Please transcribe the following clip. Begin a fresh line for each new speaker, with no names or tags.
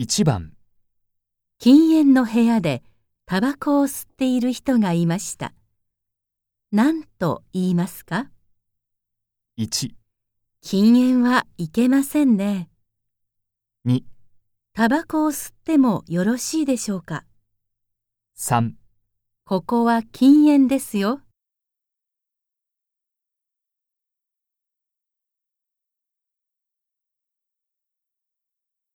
1番、
禁煙の部屋でタバコを吸っている人がいました。何と言いますか
1、
禁煙はいけませんね。
2、
タバコを吸ってもよろしいでしょうか
3
ここは禁煙ですよ。